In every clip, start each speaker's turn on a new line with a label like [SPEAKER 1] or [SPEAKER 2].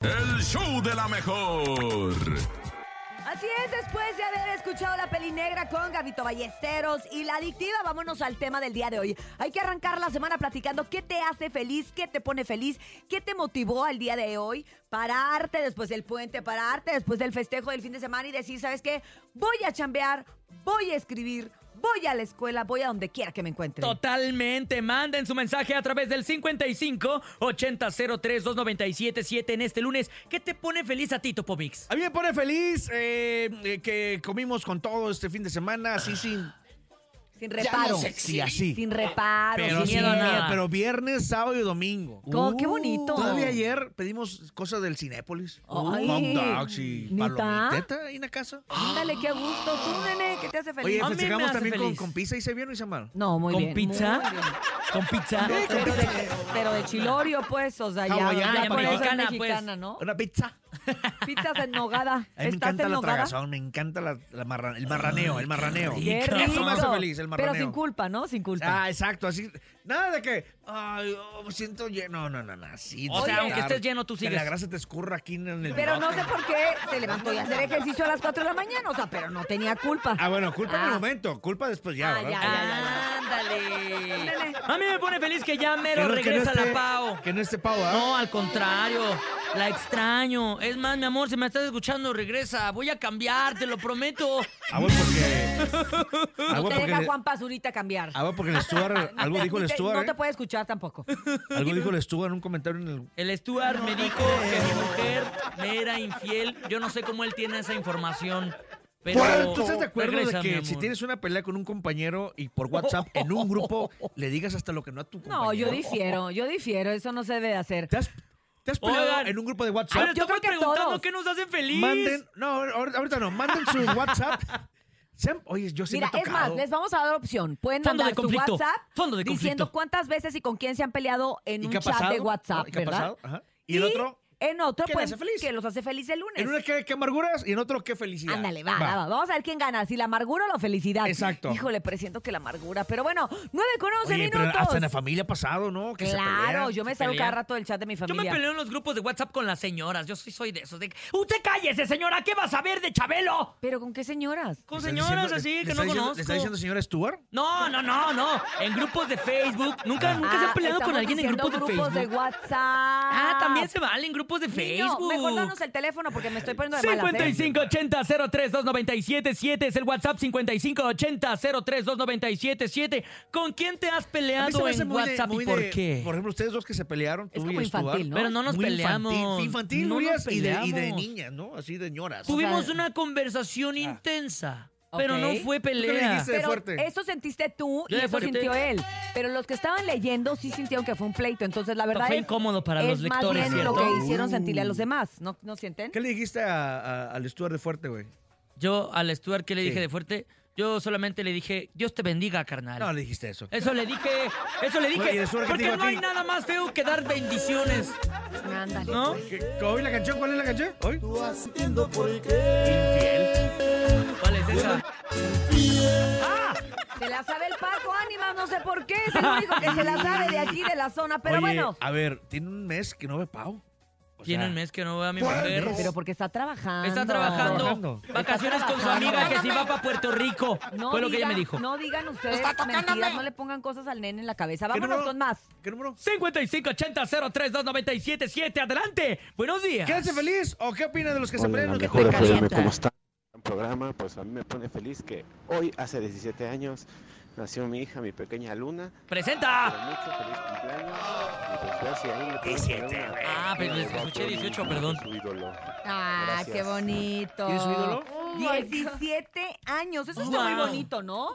[SPEAKER 1] El show de la mejor.
[SPEAKER 2] Así es, después de haber escuchado la peli negra con Gavito Ballesteros y la adictiva, vámonos al tema del día de hoy. Hay que arrancar la semana platicando qué te hace feliz, qué te pone feliz, qué te motivó al día de hoy, pararte después del puente, pararte después del festejo del fin de semana y decir, ¿sabes qué? Voy a chambear, voy a escribir, voy a la escuela, voy a donde quiera que me encuentre.
[SPEAKER 3] Totalmente. Manden su mensaje a través del 55 80 03 297 7 en este lunes. ¿Qué te pone feliz a ti, Topovix?
[SPEAKER 4] A mí me pone feliz eh, eh, que comimos con todo este fin de semana,
[SPEAKER 2] Ah,
[SPEAKER 4] así sin.
[SPEAKER 2] Sin reparo.
[SPEAKER 4] Sí, así.
[SPEAKER 2] Sin reparo,
[SPEAKER 3] Pero
[SPEAKER 2] sin
[SPEAKER 3] sin
[SPEAKER 2] miedo a
[SPEAKER 3] miedo.
[SPEAKER 2] nada.
[SPEAKER 3] nada.
[SPEAKER 4] Pero viernes, sábado y domingo. Uh,
[SPEAKER 2] Co- qué bonito.
[SPEAKER 4] Todavía ayer pedimos cosas del Cinépolis. Uh,
[SPEAKER 2] Ay,
[SPEAKER 4] Hot dogs y
[SPEAKER 2] ¿neta?
[SPEAKER 4] palomiteta ahí en la casa.
[SPEAKER 2] Ándale, qué gusto. Tú, nene, ¿qué te hace feliz?
[SPEAKER 4] Oye,
[SPEAKER 3] A mí me
[SPEAKER 4] festejamos
[SPEAKER 3] hace
[SPEAKER 4] también con,
[SPEAKER 3] feliz.
[SPEAKER 4] con pizza y se vieron y se amaron.
[SPEAKER 2] No, muy
[SPEAKER 3] ¿Con
[SPEAKER 2] bien.
[SPEAKER 3] pizza?
[SPEAKER 2] muy bien.
[SPEAKER 3] ¿Con pizza?
[SPEAKER 2] Pero de, pero de chilorio, pues, o sea, ya,
[SPEAKER 4] Hawaiana,
[SPEAKER 2] ya
[SPEAKER 3] ya
[SPEAKER 2] por eso es
[SPEAKER 3] mexicana, pues.
[SPEAKER 2] mexicana, ¿no?
[SPEAKER 4] Una pizza.
[SPEAKER 2] Pizzas en nogada.
[SPEAKER 4] A mí me
[SPEAKER 2] ¿Estás
[SPEAKER 4] encanta
[SPEAKER 2] en
[SPEAKER 4] la
[SPEAKER 2] nogada?
[SPEAKER 4] tragazón, me encanta la, la marra- el marraneo, el marraneo.
[SPEAKER 2] Qué
[SPEAKER 3] Eso me
[SPEAKER 2] rico.
[SPEAKER 4] hace feliz, el
[SPEAKER 2] pero
[SPEAKER 4] marraneo.
[SPEAKER 2] sin culpa, ¿no? Sin culpa.
[SPEAKER 4] Ah, exacto, así. Nada de que. Ay, oh, me siento lleno. No, no, no, así.
[SPEAKER 3] O
[SPEAKER 4] de
[SPEAKER 3] sea, aunque
[SPEAKER 4] estar-
[SPEAKER 3] estés lleno, tú
[SPEAKER 4] que
[SPEAKER 3] sigues.
[SPEAKER 4] la grasa te escurra aquí en el.
[SPEAKER 2] pero no sé por qué se levantó y hacer ejercicio a las 4 de la mañana, o sea, pero no tenía culpa.
[SPEAKER 4] Ah, bueno, culpa en
[SPEAKER 2] Ah.
[SPEAKER 4] el momento, culpa después ya,
[SPEAKER 2] Ah,
[SPEAKER 4] ¿verdad?
[SPEAKER 2] ya, ya,
[SPEAKER 3] Ándale. A mí me pone feliz que ya mero
[SPEAKER 4] no-
[SPEAKER 3] regresa
[SPEAKER 4] esté-
[SPEAKER 3] la Pau.
[SPEAKER 4] Que no esté Pau, ¿ah?
[SPEAKER 3] No, al contrario. La extraño. Es más, mi amor, si me estás escuchando, regresa. Voy a cambiar, te lo prometo.
[SPEAKER 4] Ah, bueno, porque. Ah,
[SPEAKER 2] no
[SPEAKER 4] bueno,
[SPEAKER 2] te
[SPEAKER 4] porque,
[SPEAKER 2] deja
[SPEAKER 4] le-
[SPEAKER 2] Juan Pazurita cambiar.
[SPEAKER 4] ah, bueno, porque el Stuart.
[SPEAKER 2] No
[SPEAKER 4] Algo
[SPEAKER 2] te-
[SPEAKER 4] dijo el
[SPEAKER 2] te- No
[SPEAKER 4] Stuart.
[SPEAKER 2] te
[SPEAKER 4] ¿eh?
[SPEAKER 2] puede escuchar tampoco.
[SPEAKER 4] Algo dijo el Stuart en un comentario en el.
[SPEAKER 3] El Stuart me dijo que mi mujer me era infiel. Yo no sé cómo él tiene esa información. Pero
[SPEAKER 4] Bueno, ¿Tú estás de acuerdo
[SPEAKER 3] regresa,
[SPEAKER 4] de
[SPEAKER 3] mi
[SPEAKER 4] que
[SPEAKER 3] amor.
[SPEAKER 4] si tienes una pelea con un compañero y por WhatsApp en un grupo le digas hasta lo que no a tu compañero?
[SPEAKER 2] No, yo difiero, yo difiero, eso no se debe hacer.
[SPEAKER 4] ¿Te has, te has peleado
[SPEAKER 3] Oigan.
[SPEAKER 4] en un grupo de
[SPEAKER 3] Ah,
[SPEAKER 4] WhatsApp?
[SPEAKER 3] le
[SPEAKER 2] Yo
[SPEAKER 3] estamos
[SPEAKER 2] creo que
[SPEAKER 3] preguntando
[SPEAKER 2] todos.
[SPEAKER 3] qué nos hacen feliz.
[SPEAKER 4] Manden, no, ahor- ahorita no, manden su WhatsApp. Sean- oye, yo sí
[SPEAKER 2] Mira,
[SPEAKER 4] me he
[SPEAKER 2] es más,
[SPEAKER 4] tocado.
[SPEAKER 2] les vamos a dar opción. Pueden
[SPEAKER 3] Fondo
[SPEAKER 2] mandar
[SPEAKER 3] de conflicto.
[SPEAKER 2] su WhatsApp
[SPEAKER 3] Fondo de
[SPEAKER 2] diciendo
[SPEAKER 3] conflicto.
[SPEAKER 2] cuántas veces y con quién se han peleado en
[SPEAKER 4] ¿Y
[SPEAKER 2] un
[SPEAKER 4] qué ha
[SPEAKER 2] chat de
[SPEAKER 4] pasado?
[SPEAKER 2] WhatsApp,
[SPEAKER 4] ¿Y qué ha
[SPEAKER 2] ¿verdad?
[SPEAKER 4] pasado? Ajá. ¿Y el otro?
[SPEAKER 2] En otro,
[SPEAKER 4] ¿Qué le
[SPEAKER 2] pues,
[SPEAKER 4] hace feliz?
[SPEAKER 2] que los hace feliz el lunes.
[SPEAKER 4] En una qué, qué amarguras y en otro qué felicidad.
[SPEAKER 2] pues Ándale, va, va, va. Vamos a ver quién gana, si la amargura o la felicidad.
[SPEAKER 4] Exacto.
[SPEAKER 2] Híjole, presiento que la amargura. Pero bueno, 9 con 11
[SPEAKER 4] Oye, pero
[SPEAKER 2] minutos.
[SPEAKER 4] hasta en la familia ha pasado, ¿no? Que se
[SPEAKER 2] claro,
[SPEAKER 4] pelean.
[SPEAKER 2] yo me
[SPEAKER 3] se
[SPEAKER 2] salgo cada
[SPEAKER 3] pelean.
[SPEAKER 2] rato del chat de mi
[SPEAKER 3] Yo
[SPEAKER 2] familia.
[SPEAKER 3] me peleo en los grupos de WhatsApp con las señoras. Yo soy, soy de esos. De... que, ¡Usted cállese, señora! ¿Qué vas a ver de Chabelo?
[SPEAKER 2] ¿Pero con qué señoras?
[SPEAKER 3] Con
[SPEAKER 4] ¿Le está
[SPEAKER 3] señoras así
[SPEAKER 4] diciendo- le-
[SPEAKER 3] que
[SPEAKER 4] le
[SPEAKER 3] no
[SPEAKER 4] está diciendo- ¿Le
[SPEAKER 3] conozco.
[SPEAKER 4] está diciendo señora Stuart?
[SPEAKER 3] No, no, no, no. En grupos de Facebook. Nunca, nunca se han
[SPEAKER 2] Ah,
[SPEAKER 3] peleado con
[SPEAKER 2] estamos
[SPEAKER 3] alguien en
[SPEAKER 2] diciendo
[SPEAKER 3] grupos de Facebook.
[SPEAKER 2] de WhatsApp.
[SPEAKER 3] Ah, también se vale en grupos de
[SPEAKER 2] Niño,
[SPEAKER 3] Facebook.
[SPEAKER 2] mejor danos el teléfono porque me estoy poniendo de malas, ¿eh?
[SPEAKER 3] 5580-032977 es el WhatsApp 5580-032977. ¿Con quién te has
[SPEAKER 4] A mí se
[SPEAKER 3] peleado
[SPEAKER 4] me hace
[SPEAKER 3] en
[SPEAKER 4] muy de-
[SPEAKER 3] WhatsApp
[SPEAKER 4] muy
[SPEAKER 3] y por
[SPEAKER 4] de-
[SPEAKER 3] qué?
[SPEAKER 4] Por ejemplo, ustedes dos que se pelearon, tú
[SPEAKER 2] Es
[SPEAKER 4] y
[SPEAKER 2] como
[SPEAKER 4] Stuart.
[SPEAKER 2] infantil, ¿no?
[SPEAKER 3] Pero no nos
[SPEAKER 4] Muy
[SPEAKER 3] peleamos.
[SPEAKER 4] Infantil, infantil
[SPEAKER 3] No
[SPEAKER 4] Urias,
[SPEAKER 3] nos
[SPEAKER 4] y de, y de
[SPEAKER 3] peleamos.
[SPEAKER 4] niñas, ¿no? Así de ñoras.
[SPEAKER 2] Tú-
[SPEAKER 3] Tuvimos
[SPEAKER 2] sea-
[SPEAKER 3] una
[SPEAKER 4] Ah.
[SPEAKER 3] conversación intensa, pero
[SPEAKER 2] Ok.
[SPEAKER 3] no fue pelea.
[SPEAKER 4] dijiste? de fuerte.
[SPEAKER 2] Eso sentiste tú
[SPEAKER 3] Yo
[SPEAKER 2] y
[SPEAKER 3] de
[SPEAKER 2] eso
[SPEAKER 3] fuerte.
[SPEAKER 2] sintió él. Pero los que estaban leyendo sí sintieron que fue un pleito. Entonces, la verdad
[SPEAKER 3] Fue
[SPEAKER 2] es,
[SPEAKER 3] incómodo para los
[SPEAKER 2] es más
[SPEAKER 3] lectores,
[SPEAKER 2] bien lo
[SPEAKER 3] ¿cierto? Uh.
[SPEAKER 2] que hicieron sentirle a los demás. ¿No, no sienten?
[SPEAKER 4] ¿Qué le dijiste a- a- al Stuart de fuerte, güey?
[SPEAKER 3] Yo al Stuart, ¿qué le
[SPEAKER 4] Sí.
[SPEAKER 3] dije de fuerte? Yo solamente le dije, Dios te bendiga, carnal.
[SPEAKER 4] No le dijiste eso.
[SPEAKER 3] Eso le dije, eso le
[SPEAKER 4] Oye, ¿y
[SPEAKER 3] dije,
[SPEAKER 4] el Stuart qué te dijo
[SPEAKER 3] porque
[SPEAKER 4] a
[SPEAKER 3] no hay
[SPEAKER 4] ti?
[SPEAKER 3] nada más feo que dar bendiciones,
[SPEAKER 2] Ándale.
[SPEAKER 3] ¿no?
[SPEAKER 4] ¿Qué- ¿Hoy la canción? ¿Cuál es la canción? ¿Hoy?
[SPEAKER 5] Entiendo por qué
[SPEAKER 4] Infiel.
[SPEAKER 3] ¿Cuál es esa?
[SPEAKER 2] Se la sabe el Paco Ánimas, no sé por qué. Es el único que se la sabe de aquí, de la zona. Pero
[SPEAKER 4] Oye,
[SPEAKER 2] bueno.
[SPEAKER 4] A ver, tiene un mes que no ve Pau. O
[SPEAKER 3] Tiene
[SPEAKER 4] sea,
[SPEAKER 3] un mes que no veo a mi mujer.
[SPEAKER 2] Pero porque está trabajando.
[SPEAKER 3] Está trabajando.
[SPEAKER 4] Trabajando.
[SPEAKER 3] Vacaciones con su amiga que se va para Puerto Rico.
[SPEAKER 2] No
[SPEAKER 3] Fue lo que ella
[SPEAKER 2] digan-
[SPEAKER 3] me dijo.
[SPEAKER 2] No digan ustedes mentiras, no le pongan cosas al nene en la cabeza.
[SPEAKER 4] ¿Qué
[SPEAKER 2] Vámonos
[SPEAKER 4] número?
[SPEAKER 2] con más.
[SPEAKER 4] ¿Qué número?
[SPEAKER 3] 5580-032977, adelante. Buenos días.
[SPEAKER 4] ¿Qué hace feliz o qué opina de los que se
[SPEAKER 6] Hola,
[SPEAKER 4] pelean?
[SPEAKER 6] la
[SPEAKER 4] los que
[SPEAKER 6] mejor
[SPEAKER 4] te
[SPEAKER 6] FM,
[SPEAKER 4] calientan?
[SPEAKER 6] ¿cómo está? El programa, pues a mí me pone feliz que hoy, hace 17 años, nació mi hija, mi pequeña Luna.
[SPEAKER 3] Presenta.
[SPEAKER 6] Pero mucho feliz cumpleaños. Y pues ver si ahí le puedes poner
[SPEAKER 4] 17,
[SPEAKER 6] una-
[SPEAKER 4] güey.
[SPEAKER 3] Ah, pero les escuché 18, perdón.
[SPEAKER 6] Su ídolo.
[SPEAKER 2] Ah,
[SPEAKER 6] Gracias.
[SPEAKER 2] qué bonito. Oh
[SPEAKER 4] ¿Tienes su ídolo?
[SPEAKER 2] 17 años. Eso está muy
[SPEAKER 3] Wow.
[SPEAKER 2] bonito, ¿no?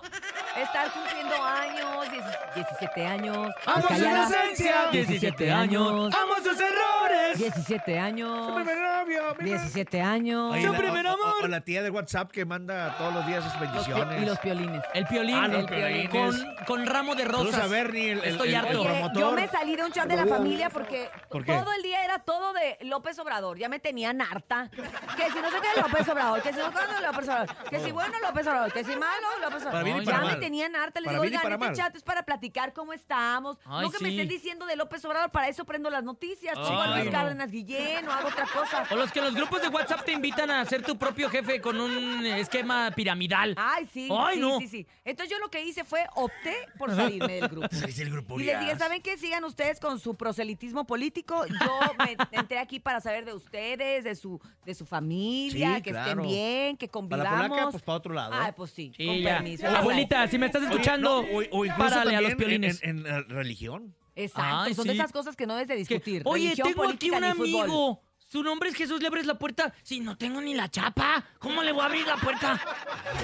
[SPEAKER 2] Estar cumpliendo años, 10 17 años.
[SPEAKER 4] ¡Amo su
[SPEAKER 2] callada.
[SPEAKER 4] inocencia!
[SPEAKER 3] 17 años. Amo sus errores.
[SPEAKER 2] 17
[SPEAKER 4] Mi
[SPEAKER 2] años.
[SPEAKER 4] primer novio, mi
[SPEAKER 2] 17 años.
[SPEAKER 4] Oye,
[SPEAKER 3] Su
[SPEAKER 4] la-
[SPEAKER 3] primer
[SPEAKER 4] o- o-
[SPEAKER 3] amor.
[SPEAKER 4] O, la tía de WhatsApp que manda todos los días sus
[SPEAKER 2] Los pi- y
[SPEAKER 4] bendiciones.
[SPEAKER 2] los piolines.
[SPEAKER 3] El piolín.
[SPEAKER 4] Ah, los
[SPEAKER 3] el
[SPEAKER 4] piolines.
[SPEAKER 3] Con, con ramo de
[SPEAKER 4] Saludos a
[SPEAKER 3] rosas.
[SPEAKER 4] Bernie, el, el-
[SPEAKER 3] Estoy
[SPEAKER 4] el- el
[SPEAKER 3] harto.
[SPEAKER 2] Oye,
[SPEAKER 4] promotor.
[SPEAKER 2] yo me salí de un chat de la familia porque
[SPEAKER 4] ¿Por qué?
[SPEAKER 2] todo el día era todo de López Obrador. Ya me tenían harta. Que si no sé qué López Obrador, que si no sé López Obrador, que si bueno López Obrador, que si malo López Obrador.
[SPEAKER 4] Para bien y
[SPEAKER 2] No,
[SPEAKER 4] para
[SPEAKER 2] ya
[SPEAKER 4] mal.
[SPEAKER 2] me tenían harta. Les
[SPEAKER 4] Para
[SPEAKER 2] digo,
[SPEAKER 4] bien y
[SPEAKER 2] oigan,
[SPEAKER 4] para
[SPEAKER 2] este
[SPEAKER 4] mal".
[SPEAKER 2] chat es para platicar cómo estamos.
[SPEAKER 3] Ay,
[SPEAKER 2] no que me
[SPEAKER 3] sí.
[SPEAKER 4] Ah,
[SPEAKER 2] estén diciendo de López Obrador, para eso prendo las noticias, pongo a
[SPEAKER 3] Ay,
[SPEAKER 2] Luis
[SPEAKER 3] no.
[SPEAKER 2] Cárdenas Guillén o hago otra cosa.
[SPEAKER 3] O los que en los grupos de WhatsApp te invitan a ser tu propio jefe con un esquema piramidal.
[SPEAKER 2] Ay, sí,
[SPEAKER 3] Ay,
[SPEAKER 2] sí,
[SPEAKER 3] no.
[SPEAKER 2] sí, sí. Entonces yo lo que hice fue opté por salirme del grupo.
[SPEAKER 4] el grupo
[SPEAKER 2] Y les dije, ¿saben qué? Sigan ustedes con su proselitismo político. Yo me entré aquí para saber de ustedes, de su, de su familia,
[SPEAKER 4] Sí,
[SPEAKER 2] que
[SPEAKER 4] claro.
[SPEAKER 2] estén bien, que
[SPEAKER 4] Para la
[SPEAKER 2] convivamos.
[SPEAKER 4] polaca, pues para otro lado.
[SPEAKER 2] Ay,
[SPEAKER 4] ¿eh?
[SPEAKER 2] pues sí,
[SPEAKER 3] Sí,
[SPEAKER 2] con
[SPEAKER 3] ya.
[SPEAKER 2] permiso.
[SPEAKER 3] Abuelita, si me estás
[SPEAKER 4] Oye, no,
[SPEAKER 3] escuchando,
[SPEAKER 4] o, o incluso
[SPEAKER 3] párale a
[SPEAKER 4] también
[SPEAKER 3] los
[SPEAKER 4] en-
[SPEAKER 3] piolines.
[SPEAKER 4] En, en la religión.
[SPEAKER 2] Exacto,
[SPEAKER 3] Ay,
[SPEAKER 2] son de
[SPEAKER 3] sí.
[SPEAKER 2] esas cosas que no debes de
[SPEAKER 3] Que,
[SPEAKER 2] discutir.
[SPEAKER 3] Oye,
[SPEAKER 2] Religión,
[SPEAKER 3] tengo aquí
[SPEAKER 2] política,
[SPEAKER 3] un
[SPEAKER 2] ni fútbol".
[SPEAKER 3] amigo. Su nombre es Jesús, le abres la puerta. Si no tengo ni la chapa, ¿cómo le voy a abrir la puerta?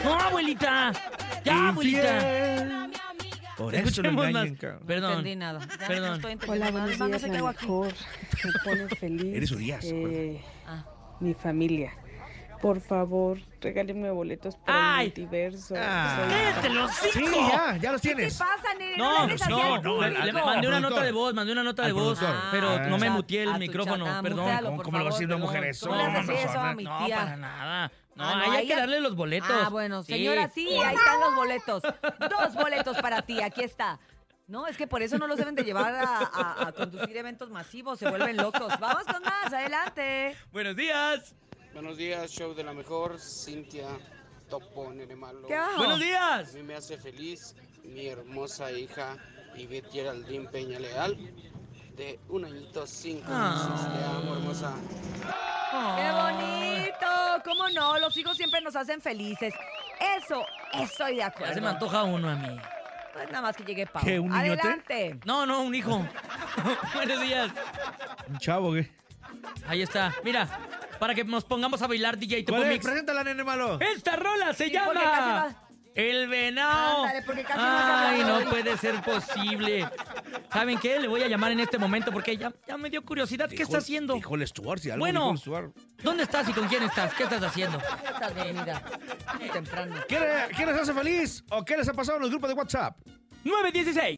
[SPEAKER 3] No, abuelita. Ya, abuelita.
[SPEAKER 4] Infiel. Por eso lo
[SPEAKER 3] Escuchemos más.
[SPEAKER 4] engañan, cabrón.
[SPEAKER 2] No
[SPEAKER 3] Perdón.
[SPEAKER 2] entendí nada. Ya no
[SPEAKER 3] Perdón.
[SPEAKER 2] estoy entendiendo
[SPEAKER 7] Hola,
[SPEAKER 2] nada.
[SPEAKER 7] buenos
[SPEAKER 2] Más no
[SPEAKER 7] días,
[SPEAKER 2] sé
[SPEAKER 7] la
[SPEAKER 2] qué hago aquí.
[SPEAKER 7] mejor. Me pone feliz.
[SPEAKER 4] Eres Urias,
[SPEAKER 7] eh,
[SPEAKER 2] Ah.
[SPEAKER 7] Mi familia. Por favor, regálenme boletos para
[SPEAKER 3] Ay.
[SPEAKER 7] el multiverso.
[SPEAKER 4] Ah.
[SPEAKER 7] Soy-
[SPEAKER 3] ¡Cállate los
[SPEAKER 4] Sí, ya, ya los
[SPEAKER 2] ¿Qué te
[SPEAKER 4] tienes.
[SPEAKER 2] pasa, nene?
[SPEAKER 3] No,
[SPEAKER 2] le hables
[SPEAKER 4] no,
[SPEAKER 2] así al
[SPEAKER 4] no,
[SPEAKER 2] público.
[SPEAKER 3] Le
[SPEAKER 4] al-
[SPEAKER 3] mandé una
[SPEAKER 4] Al
[SPEAKER 3] nota
[SPEAKER 4] productor.
[SPEAKER 3] de voz, mandé una nota de
[SPEAKER 4] Al
[SPEAKER 3] voz,
[SPEAKER 4] productor.
[SPEAKER 3] pero
[SPEAKER 2] Ah,
[SPEAKER 3] no me
[SPEAKER 2] chat,
[SPEAKER 3] muteé
[SPEAKER 2] a
[SPEAKER 3] el
[SPEAKER 2] tu
[SPEAKER 3] micrófono,
[SPEAKER 2] chat, ah,
[SPEAKER 3] perdón.
[SPEAKER 2] mutealo,
[SPEAKER 4] ¿Cómo-
[SPEAKER 2] por
[SPEAKER 4] cómo le va a
[SPEAKER 2] favor,
[SPEAKER 4] decir una
[SPEAKER 2] perdón.
[SPEAKER 4] mujer eso?
[SPEAKER 2] No le hagas eso
[SPEAKER 4] Una
[SPEAKER 2] a
[SPEAKER 4] persona.
[SPEAKER 2] mi
[SPEAKER 3] No,
[SPEAKER 2] tía.
[SPEAKER 3] para nada. No,
[SPEAKER 2] Ah, no,
[SPEAKER 3] ahí hay
[SPEAKER 2] ahí
[SPEAKER 3] que
[SPEAKER 2] ya-
[SPEAKER 3] darle los boletos.
[SPEAKER 2] Ah, bueno, señora, sí, ahí están los boletos. Dos boletos para ti, aquí está. No, es que por eso no los deben de llevar a, a- a conducir eventos masivos, se vuelven locos. Vamos con más, adelante.
[SPEAKER 3] Buenos días.
[SPEAKER 8] Buenos días, show de la mejor, Cintia Topo Neremalo.
[SPEAKER 2] ¿Qué bajo?
[SPEAKER 3] Buenos
[SPEAKER 8] A
[SPEAKER 3] días.
[SPEAKER 8] mí me hace feliz mi hermosa hija Ivette Geraldine Peña Leal, de un añito cinco meses. Te amo, hermosa.
[SPEAKER 2] ¡Qué bonito! ¿Cómo no? Los hijos siempre nos hacen felices. Eso, estoy de
[SPEAKER 3] Ya se me
[SPEAKER 2] acuerdo.
[SPEAKER 3] antoja uno a mí.
[SPEAKER 2] Pues nada más que llegue Pau.
[SPEAKER 4] ¿Qué, un niñote?
[SPEAKER 2] Adelante.
[SPEAKER 3] No, no, un hijo. Buenos días.
[SPEAKER 4] Un chavo, ¿qué?
[SPEAKER 3] Ahí está. Mira, para que nos pongamos a bailar DJ Topo
[SPEAKER 4] ¿Cuál es?
[SPEAKER 3] Mix. ¿Eh?
[SPEAKER 4] Preséntala, nene malo.
[SPEAKER 3] Esta rola se
[SPEAKER 2] Sí, porque casi
[SPEAKER 3] llama
[SPEAKER 2] va-
[SPEAKER 3] El Venado.
[SPEAKER 2] Ándale, porque casi no se habla
[SPEAKER 3] Ay,
[SPEAKER 2] de hoy.
[SPEAKER 3] no puede ser posible. ¿Saben qué? Le voy a llamar en este momento porque ya, ya me dio curiosidad. ¿Qué
[SPEAKER 4] Dijo-
[SPEAKER 3] está haciendo?
[SPEAKER 4] Dijo el Stuart, si algo
[SPEAKER 3] Bueno.
[SPEAKER 4] dijo el Stuart.
[SPEAKER 3] ¿Dónde estás y con quién estás? ¿Qué estás haciendo?
[SPEAKER 2] Estás dormida. Temprano.
[SPEAKER 4] ¿Qué, le- qué les hace feliz o qué les ha pasado en los grupos de WhatsApp?
[SPEAKER 3] 916.